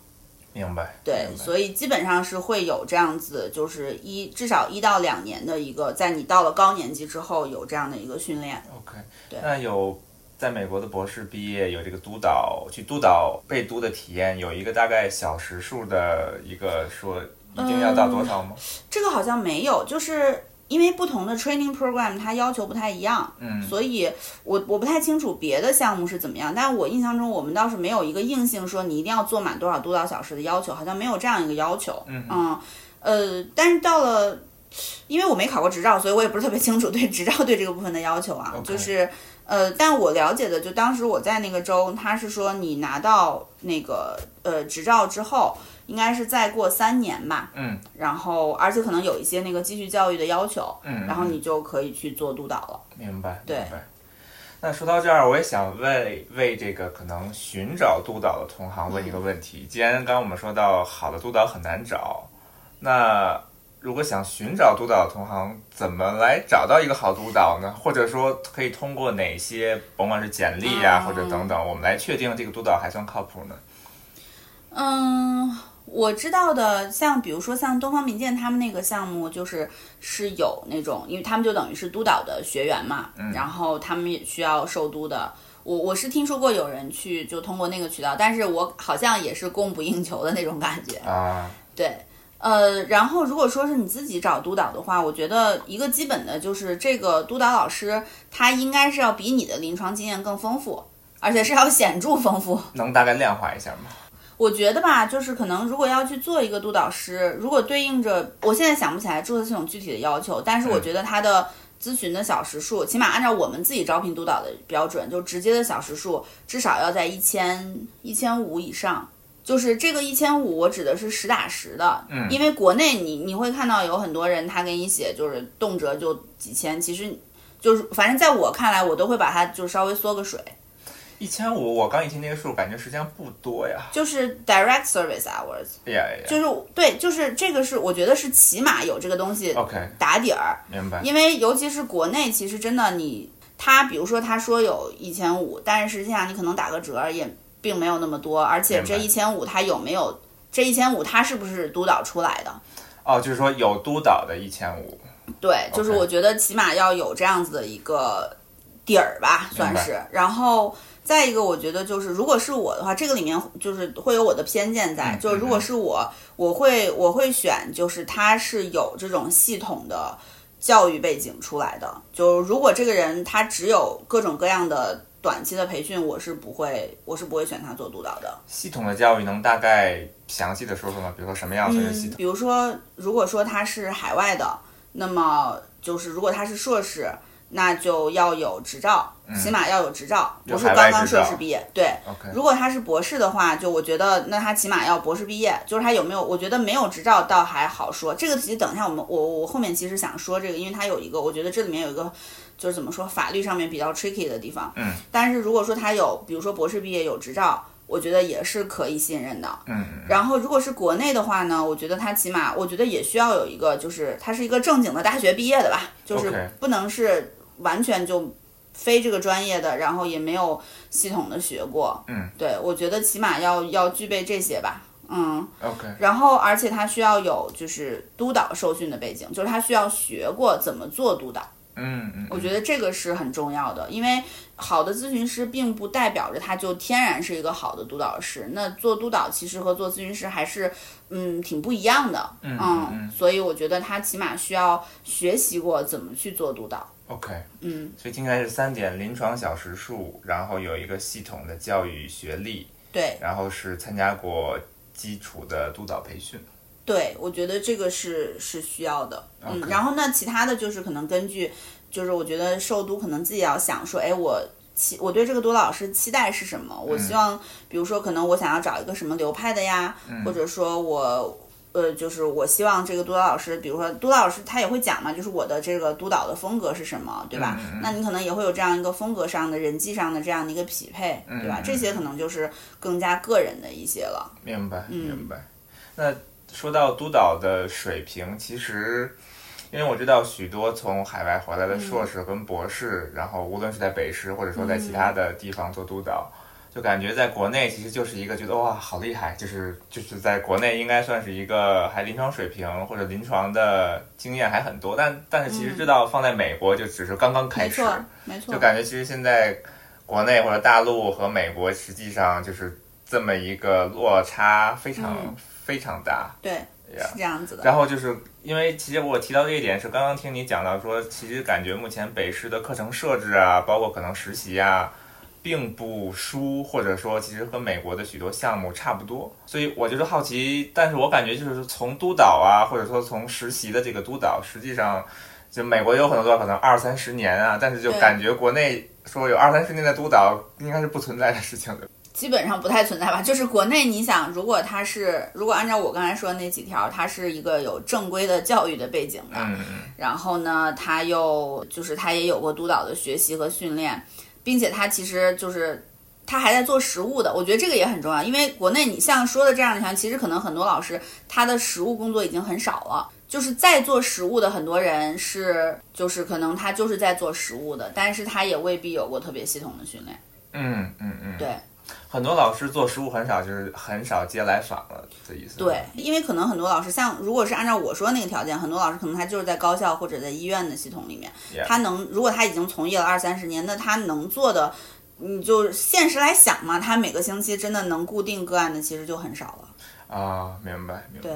Speaker 3: 明白。
Speaker 2: 对，
Speaker 3: 明白
Speaker 2: 所以基本上是会有这样子，就是一至少一到两年的一个，在你到了高年级之后有这样的一个训练。
Speaker 3: OK，
Speaker 2: 对
Speaker 3: 那有在美国的博士毕业，有这个督导去督导被督的体验，有一个大概小时数的一个说一定要到
Speaker 2: 嗯
Speaker 3: 多少吗？
Speaker 2: 这个好像没有，就是因为不同的 training program 它要求不太一样，
Speaker 3: 嗯
Speaker 2: 所以我我不太清楚别的项目是怎么样，但我印象中我们倒是没有一个硬性说你一定要做满多少督导小时的要求，好像没有这样一个要求。
Speaker 3: 嗯
Speaker 2: 呃，但是到了，因为我没考过执照，所以我也不是特别清楚对执照对这个部分的要求啊。
Speaker 3: OK
Speaker 2: 就是呃，但我了解的就当时我在那个州，他是说你拿到那个呃执照之后，应该是再过三年吧，
Speaker 3: 嗯
Speaker 2: 然后而且可能有一些那个继续教育的要求，
Speaker 3: 嗯，
Speaker 2: 然后你就可以去做督导了。
Speaker 3: 明白，
Speaker 2: 对
Speaker 3: 明白。那说到这儿，我也想为为这个可能寻找督导的同行问一个
Speaker 2: 嗯
Speaker 3: 问题。既然刚刚我们说到好的督导很难找，那如果想寻找督导的同行，怎么来找到一个好督导呢？或者说可以通过哪些，甭管是简历呀、
Speaker 2: 嗯
Speaker 3: 或者等等，我们来确定这个督导还算靠谱呢？
Speaker 2: 嗯，我知道的，像比如说像东方明鉴他们那个项目，就是是有那种，因为他们就等于是督导的学员嘛，然后他们也需要受督的。我我是听说过有人去就通过那个渠道，但是我好像也是供不应求的那种感觉。
Speaker 3: 啊，
Speaker 2: 对，呃，然后如果说是你自己找督导的话，我觉得一个基本的就是这个督导老师他应该是要比你的临床经验更丰富，而且是要显著丰富。
Speaker 3: 能大概量化一下吗？
Speaker 2: 我觉得吧，就是可能如果要去做一个督导师，如果对应着我现在想不起来注册系统具体的要求，但是我
Speaker 3: 嗯
Speaker 2: 觉得他的咨询的小时数，起码按照我们自己招聘督导的标准，就直接的小时数至少要在一千一千五以上。就是这个一千五，我指的是实打实的，
Speaker 3: 嗯
Speaker 2: 因为国内你你会看到有很多人他给你写就是动辄就几千，其实就是反正在我看来，我都会把它就稍微缩个水，
Speaker 3: 一千五，我刚一听这个数，感觉实际上不多呀。
Speaker 2: 就是 direct service hours。
Speaker 3: 哎呀哎呀
Speaker 2: 就是对，就是这个是我觉得是起码有这个东西
Speaker 3: ，OK，
Speaker 2: 打底儿，
Speaker 3: 明白。
Speaker 2: 因为尤其是国内，其实真的你他比如说他说有一千五，但是实际上你可能打个折也并没有那么多，而且这一
Speaker 3: 明
Speaker 2: 千五他有没有这一千五他是不是督导出来的？
Speaker 3: 哦，就是说有督导的一千五，
Speaker 2: 对，就是
Speaker 3: OK
Speaker 2: 我觉得起码要有这样子的一个底儿吧，算是。然后再一个，我觉得就是，如果是我的话，这个里面就是会有我的偏见在，
Speaker 3: 嗯
Speaker 2: 就是如果是我，我会我会选，就是他是有这种系统的教育背景出来的。就如果这个人他只有各种各样的短期的培训，我是不会，我是不会选它做督导的。
Speaker 3: 系统的教育能大概详细的说说吗？比如说什么样算是系
Speaker 2: 嗯，
Speaker 3: 统？
Speaker 2: 比如说，如果说它是海外的，那么就是如果它是硕士，那就要有执照，起码要有执照，
Speaker 3: 嗯有
Speaker 2: 不是
Speaker 3: 海外
Speaker 2: 刚刚
Speaker 3: 执照
Speaker 2: 硕士毕业。对，
Speaker 3: OK
Speaker 2: 如果他是博士的话，就我觉得那他起码要博士毕业，就是他有没有？我觉得没有执照倒还好说。这个其实等一下我们我我后面其实想说这个，因为它有一个，我觉得这里面有一个就是怎么说法律上面比较 tricky 的地方。
Speaker 3: 嗯，
Speaker 2: 但是如果说他有，比如说博士毕业有执照，我觉得也是可以信任的。
Speaker 3: 嗯嗯
Speaker 2: 然后如果是国内的话呢，我觉得它起码，我觉得也需要有一个，就是它是一个正经的大学毕业的吧，就是
Speaker 3: OK
Speaker 2: 不能是完全就非这个专业的，然后也没有系统的学过。
Speaker 3: 嗯，
Speaker 2: 对，我觉得起码要要具备这些吧。嗯，
Speaker 3: ，OK，
Speaker 2: 然后而且他需要有就是督导受训的背景，就是他需要学过怎么做督导。
Speaker 3: 嗯嗯，
Speaker 2: 我觉得这个是很重要的，因为好的咨询师并不代表着他就天然是一个好的督导师。那做督导其实和做咨询师还是嗯挺不一样的，嗯
Speaker 3: 嗯嗯
Speaker 2: 所以我觉得他起码需要学习过怎么去做督导。
Speaker 3: OK，
Speaker 2: 嗯，
Speaker 3: 所以听起来是三点：临床小时数，然后有一个系统的教育学历，
Speaker 2: 对
Speaker 3: 然后是参加过基础的督导培训。
Speaker 2: 对，我觉得这个是是需要的。嗯
Speaker 3: OK
Speaker 2: 然后那其他的就是可能根据，就是我觉得受督可能自己要想说，哎，我期我对这个督导老师期待是什么？我
Speaker 3: 嗯
Speaker 2: 希望，比如说可能我想要找一个什么流派的呀，
Speaker 3: 嗯
Speaker 2: 或者说我。呃，就是我希望这个督导老师，比如说督导老师他也会讲嘛，就是我的这个督导的风格是什么，对
Speaker 3: 嗯
Speaker 2: 吧？那你可能也会有这样一个风格上的、人际上的这样的一个匹配，对吧？
Speaker 3: 嗯
Speaker 2: 这些可能就是更加个人的一些了。
Speaker 3: 明白，
Speaker 2: 嗯
Speaker 3: 明白。那说到督导的水平，其实因为我知道许多从海外回来
Speaker 2: 嗯
Speaker 3: 的硕士跟博士，然后无论是在北师或者说在
Speaker 2: 嗯
Speaker 3: 其他的地方做督导。就感觉在国内其实就是一个觉得哇好厉害，就是就是在国内应该算是一个还临床水平或者临床的经验还很多，但但是其实知道放在美国就只是刚刚开
Speaker 2: 嗯没
Speaker 3: 始，
Speaker 2: 错，没错。
Speaker 3: 就感觉其实现在国内或者大陆和美国实际上就是这么一个落差非常、
Speaker 2: 嗯
Speaker 3: 非常大。
Speaker 2: 对
Speaker 3: Yeah
Speaker 2: 是这样子的。
Speaker 3: 然后就是因为其实我提到这一点是刚刚听你讲到说，其实感觉目前北师的课程设置啊，包括可能实习啊。并不输，或者说其实和美国的许多项目差不多，所以我就是好奇，但是我感觉就是从督导啊，或者说从实习的这个督导，实际上就美国有很多督导可能二三十年啊，但是就
Speaker 2: 对
Speaker 3: 感觉国内说有二三十年的督导应该是不存在的事情的。
Speaker 2: 基本上不太存在吧。就是国内，你想，如果他是，如果按照我刚才说的那几条，他是一个有正规的教育的背景的，
Speaker 3: 嗯
Speaker 2: 然后呢，他又就是他也有过督导的学习和训练，并且他其实就是。他还在做实务的，我觉得这个也很重要，因为国内你像说的这样，你像其实可能很多老师他的实务工作已经很少了，就是在做实务的很多人是就是可能他就是在做实务的，但是他也未必有过特别系统的训练。
Speaker 3: 嗯嗯嗯，
Speaker 2: 对。
Speaker 3: 很多老师做实务很少，就是很少接来访了的意思。
Speaker 2: 对，，因为可能很多老师，像如果是按照我说那个条件，很多老师可能他就是在高校或者在医院的系统里面
Speaker 3: Yeah
Speaker 2: 他能如果他已经从业了二三十年，那他能做的，你就现实来想嘛，他每个星期真的能固定个案的其实就很少了。
Speaker 3: 啊，明白明白。
Speaker 2: 对，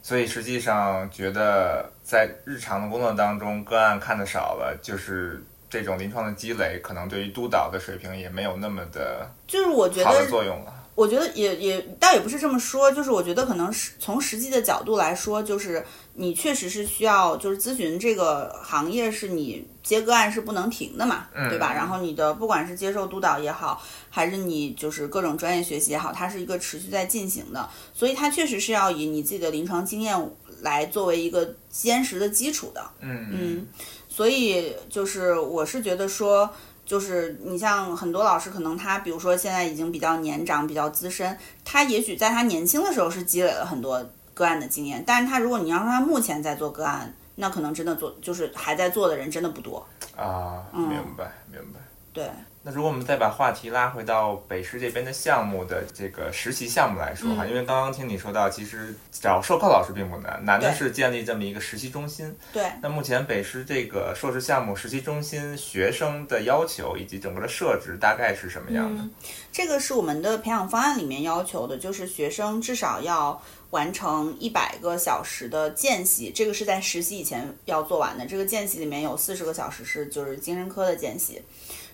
Speaker 3: 所以实际上觉得在日常的工作当中，个案看的少了，就是这种临床的积累，可能对于督导的水平也没有那么的
Speaker 2: 就是我觉
Speaker 3: 好的
Speaker 2: 得，
Speaker 3: 作用了。
Speaker 2: 我觉得也也倒也不是这么说，就是我觉得可能是从实际的角度来说，就是你确实是需要，就是咨询这个行业是你接个案是不能停的嘛，
Speaker 3: 嗯
Speaker 2: 对吧？然后你的不管是接受督导也好，还是你就是各种专业学习也好，它是一个持续在进行的，所以它确实是要以你自己的临床经验来作为一个坚实的基础的。
Speaker 3: 嗯
Speaker 2: 嗯，所以就是我是觉得说，就是你像很多老师，可能他比如说现在已经比较年长、比较资深，他也许在他年轻的时候是积累了很多个案的经验，但是他如果你要说他目前在做个案，那可能真的做就是还在做的人真的不多。
Speaker 3: 啊，
Speaker 2: 嗯
Speaker 3: 明白明白。
Speaker 2: 对，
Speaker 3: 那如果我们再把话题拉回到北师这边的项目的这个实习项目来说哈，
Speaker 2: 嗯
Speaker 3: 因为刚刚听你说到，其实找授课老师并不难，难的
Speaker 2: 对
Speaker 3: 是建立这么一个实习中心。
Speaker 2: 对，
Speaker 3: 那目前北师这个硕士项目实习中心学生的要求以及整个的设置大概是什么样的？
Speaker 2: 嗯，这个是我们的培养方案里面要求的，就是学生至少要完成一百个小时的见习，这个是在实习以前要做完的。这个见习里面有四十个小时是就是精神科的见习，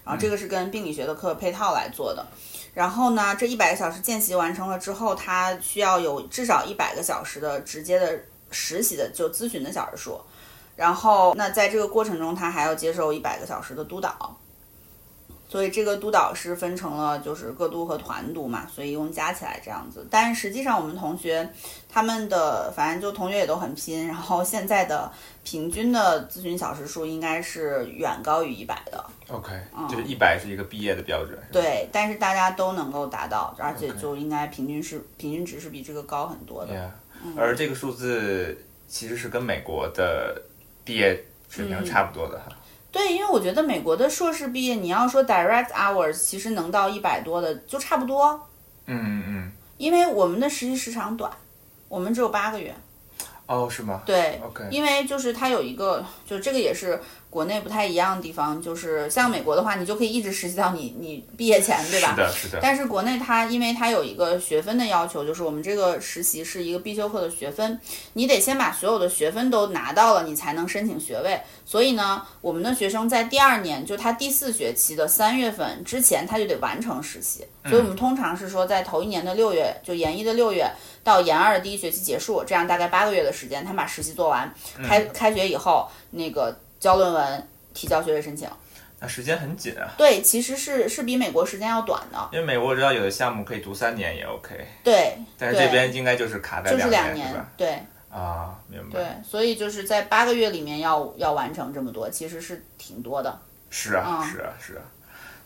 Speaker 2: 然后这个是跟病理学的课配套来做的。然后呢，这一百个小时见习完成了之后，他需要有至少一百个小时的直接的实习的就咨询的小时数。然后，那在这个过程中，他还要接受一百个小时的督导。所以这个督导是分成了就是个督和团督嘛，所以一共加起来这样子。但实际上我们同学他们的反正就同学也都很拼，然后现在的平均的咨询小时数应该是远高于一百的。
Speaker 3: OK，、
Speaker 2: 嗯
Speaker 3: 就是一百是一个毕业的标准。是吧，
Speaker 2: 对，但是大家都能够达到，而且
Speaker 3: OK
Speaker 2: 就应该平均是平均值是比这个高很多的。嗯
Speaker 3: Yeah，而这个数字其实是跟美国的毕业水
Speaker 2: 嗯
Speaker 3: 平差不多的哈。
Speaker 2: 对，因为我觉得美国的硕士毕业，你要说 direct hours，其实能到一百多的就差不多，
Speaker 3: 嗯嗯嗯，
Speaker 2: 因为我们的实习时长短，我们只有八个月。
Speaker 3: 哦，是吗？
Speaker 2: 对
Speaker 3: OK
Speaker 2: 因为就是它有一个，就这个也是国内不太一样的地方，就是像美国的话，你就可以一直实习到你你毕业前，对吧？
Speaker 3: 是的，是的。
Speaker 2: 但是国内它因为它有一个学分的要求，就是我们这个实习是一个必修课的学分，你得先把所有的学分都拿到了，你才能申请学位。所以呢，我们的学生在第二年，就他第四学期的三月份之前，他就得完成实习。
Speaker 3: 嗯
Speaker 2: 所以我们通常是说，在头一年的六月，就研一的六月到研二的第一学期结束，这样大概八个月的时间，他们把实习做完。
Speaker 3: 嗯
Speaker 2: 开开学以后，那个交论文。提交学位申请，
Speaker 3: 那时间很紧啊，
Speaker 2: 对，其实是是比美国时间要短的，
Speaker 3: 因为美国我知道有的项目可以读三年也 OK，
Speaker 2: 对，
Speaker 3: 但是这边应该就是卡在
Speaker 2: 就是
Speaker 3: 两
Speaker 2: 年
Speaker 3: 是吧？，
Speaker 2: 对
Speaker 3: 啊，明
Speaker 2: 对
Speaker 3: 白。，
Speaker 2: 所以就是在八个月里面要要完成这么多，其实是挺多的。
Speaker 3: 是啊，
Speaker 2: 嗯
Speaker 3: 是啊，是啊。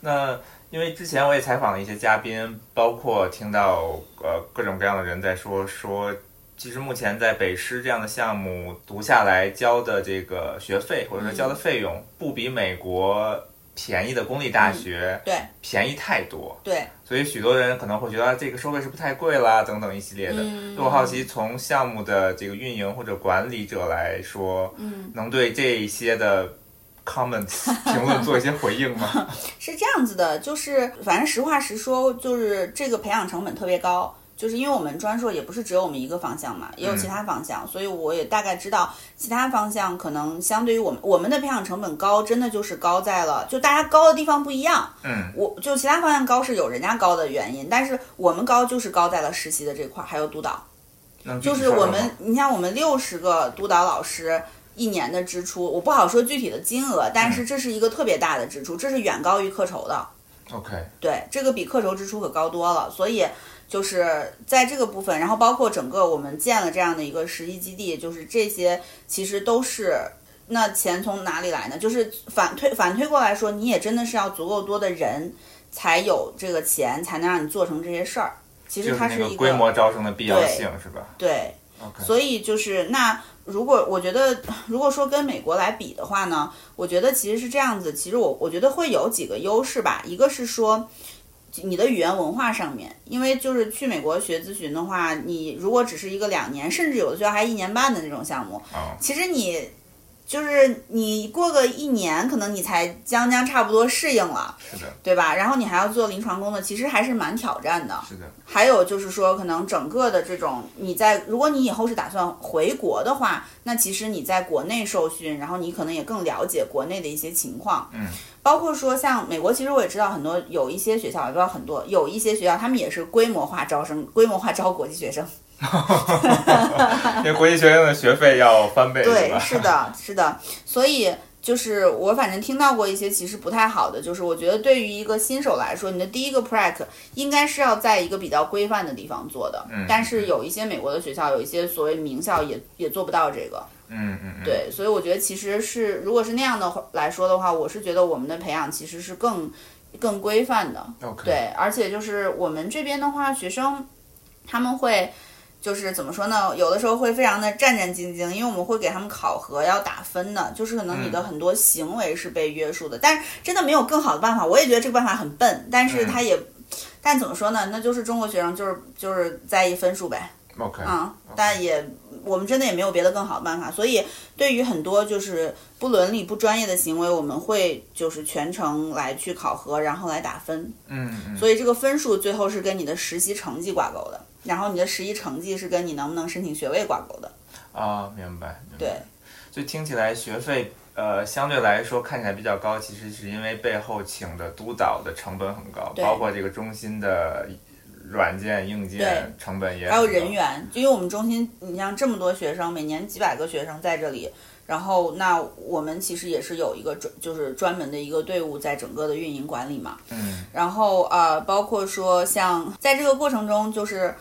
Speaker 3: 那因为之前我也采访了一些嘉宾，包括听到呃各种各样的人在说说，其实目前在北师这样的项目读下来交的这个学费或者
Speaker 2: 嗯
Speaker 3: 说交的费用，不比美国便宜的公立大学
Speaker 2: 嗯对
Speaker 3: 便宜太多。
Speaker 2: 对，
Speaker 3: 所以许多人可能会觉得啊这个收费是不是太贵啦，等等一系列的。
Speaker 2: 嗯
Speaker 3: 就我好奇，从项目的这个运营或者管理者来说，
Speaker 2: 嗯，
Speaker 3: 能对这一些的 comments 评论做一些回应吗？
Speaker 2: 是这样子的，就是反正实话实说，就是这个培养成本特别高。就是因为我们专硕也不是只有我们一个方向嘛，
Speaker 3: 嗯
Speaker 2: 也有其他方向，所以我也大概知道其他方向可能相对于我们我们的培养成本高，真的就是高在了就大家高的地方不一样，
Speaker 3: 嗯，
Speaker 2: 我就其他方向高是有人家高的原因，但是我们高就是高在了实习的这块儿，还有督导。
Speaker 3: 能
Speaker 2: 就是我们，你像我们六十个督导老师一年的支出，我不好说具体的金额，但
Speaker 3: 嗯
Speaker 2: 是这是一个特别大的支出，这是远高于课酬的。
Speaker 3: OK，
Speaker 2: 对，这个比课酬支出可高多了，所以就是在这个部分，然后包括整个我们建了这样的一个实习基地，就是这些其实都是。那钱从哪里来呢？就是反推反推过来说，你也真的是要足够多的人，才有这个钱，才能让你做成这些事儿。其
Speaker 3: 就
Speaker 2: 实
Speaker 3: 是
Speaker 2: 它
Speaker 3: 那
Speaker 2: 一
Speaker 3: 个规模招生的必要性是吧
Speaker 2: 对，
Speaker 3: ？OK，
Speaker 2: 所以就是那如果我觉得，如果说跟美国来比的话呢，我觉得其实是这样子。其实我我觉得会有几个优势吧，一个是说。你的语言文化上面，因为就是去美国学咨询的话，你如果只是一个两年，甚至有的学校还一年半的那种项目，
Speaker 3: 哦
Speaker 2: 其实你就是你过个一年，可能你才将将差不多适应了，
Speaker 3: 是的，
Speaker 2: 对吧？然后你还要做临床工作，其实还是蛮挑战的。
Speaker 3: 是的，
Speaker 2: 还有就是说，可能整个的这种你在，如果你以后是打算回国的话，那其实你在国内受训，然后你可能也更了解国内的一些情况，
Speaker 3: 嗯，
Speaker 2: 包括说像美国，其实我也知道很多有一些学校，也不知道很多有一些学校，他们也是规模化招生，规模化招国际学生，
Speaker 3: 因为国际学院的学费要翻倍是
Speaker 2: 对，
Speaker 3: 吧？
Speaker 2: 是的，是的，所以。就是我反正听到过一些其实不太好的，就是我觉得对于一个新手来说，你的第一个 prac 应该是要在一个比较规范的地方做的，
Speaker 3: 嗯
Speaker 2: 但是有一些美国的学校，有一些所谓名校也也做不到这个，
Speaker 3: 嗯嗯嗯，
Speaker 2: 对，所以我觉得其实是如果是那样的话来说的话，我是觉得我们的培养其实是更更规范的，
Speaker 3: ，OK，
Speaker 2: 对，而且就是我们这边的话，学生他们会就是怎么说呢？有的时候会非常的战战兢兢，因为我们会给他们考核要打分的，就是可能你的
Speaker 3: 嗯
Speaker 2: 很多行为是被约束的，但是真的没有更好的办法。我也觉得这个办法很笨，但是他也。但怎么说呢？那就是中国学生就是就是在意分数呗，
Speaker 3: o k
Speaker 2: 嗯，但也我们真的也没有别的更好的办法，所以对于很多就是不伦理、不专业的行为，我们会就是全程来去考核，然后来打分。
Speaker 3: 嗯嗯，
Speaker 2: 所以这个分数最后是跟你的实习成绩挂钩的，然后你的实习成绩是跟你能不能申请学位挂钩的。
Speaker 3: 啊，明白。明白
Speaker 2: 对，
Speaker 3: 所以听起来学费呃相对来说看起来比较高，其实是因为背后请的督导的成本很高，
Speaker 2: 对
Speaker 3: 包括这个中心的软件、硬件
Speaker 2: 对
Speaker 3: 成本也
Speaker 2: 还有
Speaker 3: 很高
Speaker 2: 人员，就因为我们中心，你像这么多学生，每年几百个学生在这里，然后那我们其实也是有一个专，就是专门的一个队伍在整个的运营管理嘛。
Speaker 3: 嗯
Speaker 2: 然后呃，包括说像在这个过程中，就是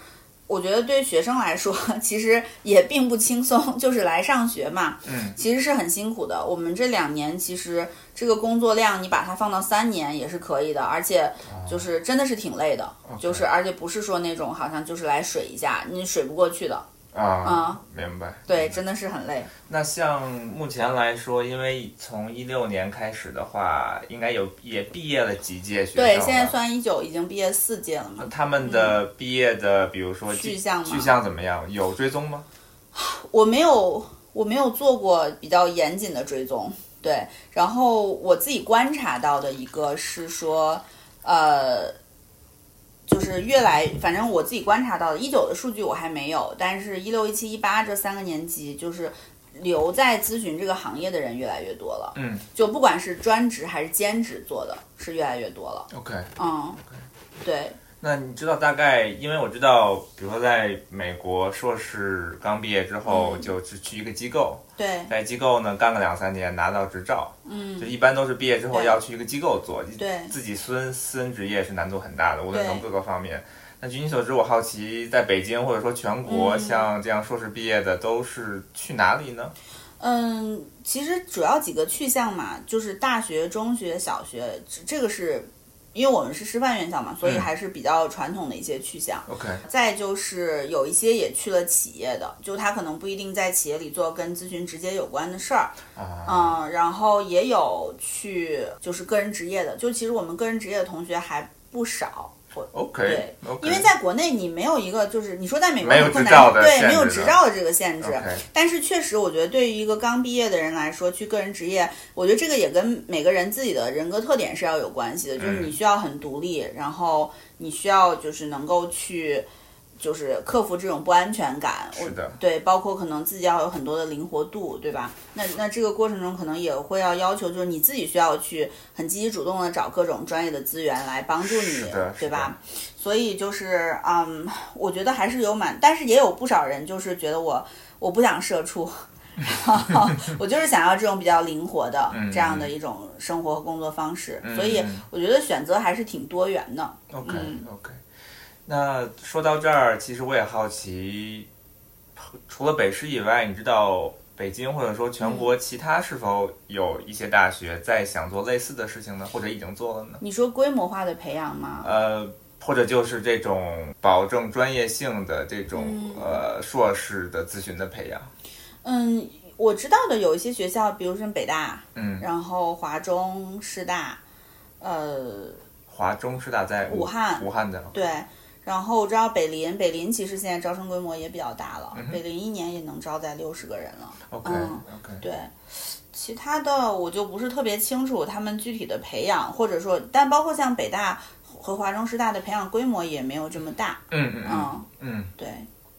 Speaker 2: 我觉得对学生来说，其实也并不轻松，就是来上学嘛，
Speaker 3: 嗯
Speaker 2: 其实是很辛苦的。我们这两年其实这个工作量，你把它放到三年也是可以的，而且就是真的是挺累的，就是而且不是说那种好像就是来水一下，你水不过去的，
Speaker 3: 啊
Speaker 2: 啊，
Speaker 3: 明白。
Speaker 2: 对，真的是很累。
Speaker 3: 那像目前来说，因为从一六年开始的话，应该有也毕业了几届学生
Speaker 2: 对，
Speaker 3: 了
Speaker 2: 现在算一九已经毕业四届了嘛
Speaker 3: 那，他们的毕业的，比如说
Speaker 2: 去向吗
Speaker 3: 去向怎么样？有追踪吗？
Speaker 2: 我没有，我没有做过比较严谨的追踪，对。然后我自己观察到的一个是说，呃，就是越来，反正我自己观察到的，一九的数据我还没有，但是一六、一七、一八这三个年级，就是留在咨询这个行业的人越来越多了，
Speaker 3: 嗯
Speaker 2: 就不管是专职还是兼职做的，是越来越多了，
Speaker 3: ，OK。
Speaker 2: 嗯，对。
Speaker 3: 那你知道大概，因为我知道，比如说在美国硕士刚毕业之后，
Speaker 2: 嗯
Speaker 3: 就去去一个机构，
Speaker 2: 对，
Speaker 3: 在机构呢干个两三年，拿到执照，就
Speaker 2: 嗯，
Speaker 3: 一般都是毕业之后
Speaker 2: 对
Speaker 3: 要去一个机构做，
Speaker 2: 对
Speaker 3: 自己私人私人职业是难度很大的，无论从
Speaker 2: 对
Speaker 3: 各个方面。那据你所知，我好奇，在北京或者说全国，
Speaker 2: 嗯
Speaker 3: 像这样硕士毕业的都是去哪里呢？
Speaker 2: 嗯，其实主要几个去向嘛，就是大学、中学、小学，这这个是因为我们是师范院校嘛，所以
Speaker 3: 嗯
Speaker 2: 还是比较传统的一些去向。
Speaker 3: OK，
Speaker 2: 再就是有一些也去了企业的，就他可能不一定在企业里做跟咨询直接有关的事儿，
Speaker 3: 啊，
Speaker 2: 嗯，然后也有去就是个人职业的，就其实我们个人职业的同学还不少。我
Speaker 3: OK，
Speaker 2: 因为在国内你没有一个就是你说在美国
Speaker 3: 没有
Speaker 2: 很困
Speaker 3: 执
Speaker 2: 难
Speaker 3: 照的
Speaker 2: 对
Speaker 3: 限
Speaker 2: 没有
Speaker 3: 制
Speaker 2: 执
Speaker 3: 的
Speaker 2: 照的这个限制
Speaker 3: OK
Speaker 2: 但是确实我觉得对于一个刚毕业的人来说，去个人职业，我觉得这个也跟每个人自己的人格特点是要有关系的，就是你需要很独立，然后你需要就是能够去。就是克服这种不安全感，我
Speaker 3: 是的
Speaker 2: 对，包括可能自己要有很多的灵活度，对吧？那那这个过程中可能也会要要求，就是你自己需要去很积极主动的找各种专业的资源来帮助
Speaker 3: 是
Speaker 2: 你
Speaker 3: 的，
Speaker 2: 对
Speaker 3: 是的
Speaker 2: 吧？所以就是，嗯，我觉得还是有蛮，但是也有不少人就是觉得我我不想社畜，然 后我就是想要这种比较灵活的
Speaker 3: 嗯
Speaker 2: 这样的一种生活和工作方式，所以
Speaker 3: 嗯嗯
Speaker 2: 我觉得选择还是挺多元的。
Speaker 3: OK
Speaker 2: 嗯
Speaker 3: OK，那说到这儿，其实我也好奇，除了北师以外，你知道北京或者说全
Speaker 2: 嗯
Speaker 3: 国其他是否有一些大学在想做类似的事情呢，或者已经做了呢？
Speaker 2: 你说规模化的培养吗？
Speaker 3: 呃，或者就是这种保证专业性的这种、呃硕士的咨询的培养，
Speaker 2: 嗯，我知道的有一些学校，比如说北大，
Speaker 3: 嗯，
Speaker 2: 然后华中、师大，呃，
Speaker 3: 华中师大在
Speaker 2: 武汉
Speaker 3: 武汉的
Speaker 2: 对。然后我知道北林，北林其实现在招生规模也比较大
Speaker 3: 嗯
Speaker 2: 了，北林一年也能招在六十个人了。
Speaker 3: OK
Speaker 2: 嗯
Speaker 3: OK，
Speaker 2: 对，其他的我就不是特别清楚他们具体的培养，或者说，但包括像北大和华中师大的培养规模也没有这么大，
Speaker 3: 嗯嗯嗯
Speaker 2: 嗯，
Speaker 3: 嗯
Speaker 2: 对，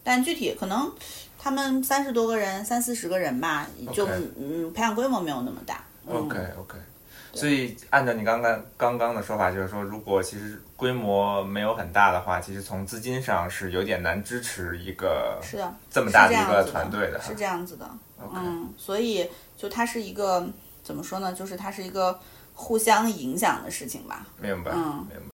Speaker 2: 但具体可能他们三十多个人、三四十个人吧，就
Speaker 3: OK
Speaker 2: 嗯，培养规模没有那么大。嗯
Speaker 3: OK OK，所以按照你刚刚刚刚的说法，就是说，如果其实规模没有很大的话，其实从资金上是有点难支持一个
Speaker 2: 是的，
Speaker 3: 这么
Speaker 2: 是
Speaker 3: 大的
Speaker 2: 这
Speaker 3: 一
Speaker 2: 样
Speaker 3: 个
Speaker 2: 子
Speaker 3: 团队的。
Speaker 2: 是这样子的，
Speaker 3: OK，
Speaker 2: 嗯，所以就它是一个怎么说呢？就是它是一个互相影响的事情吧，
Speaker 3: 明白，
Speaker 2: 嗯
Speaker 3: 明白。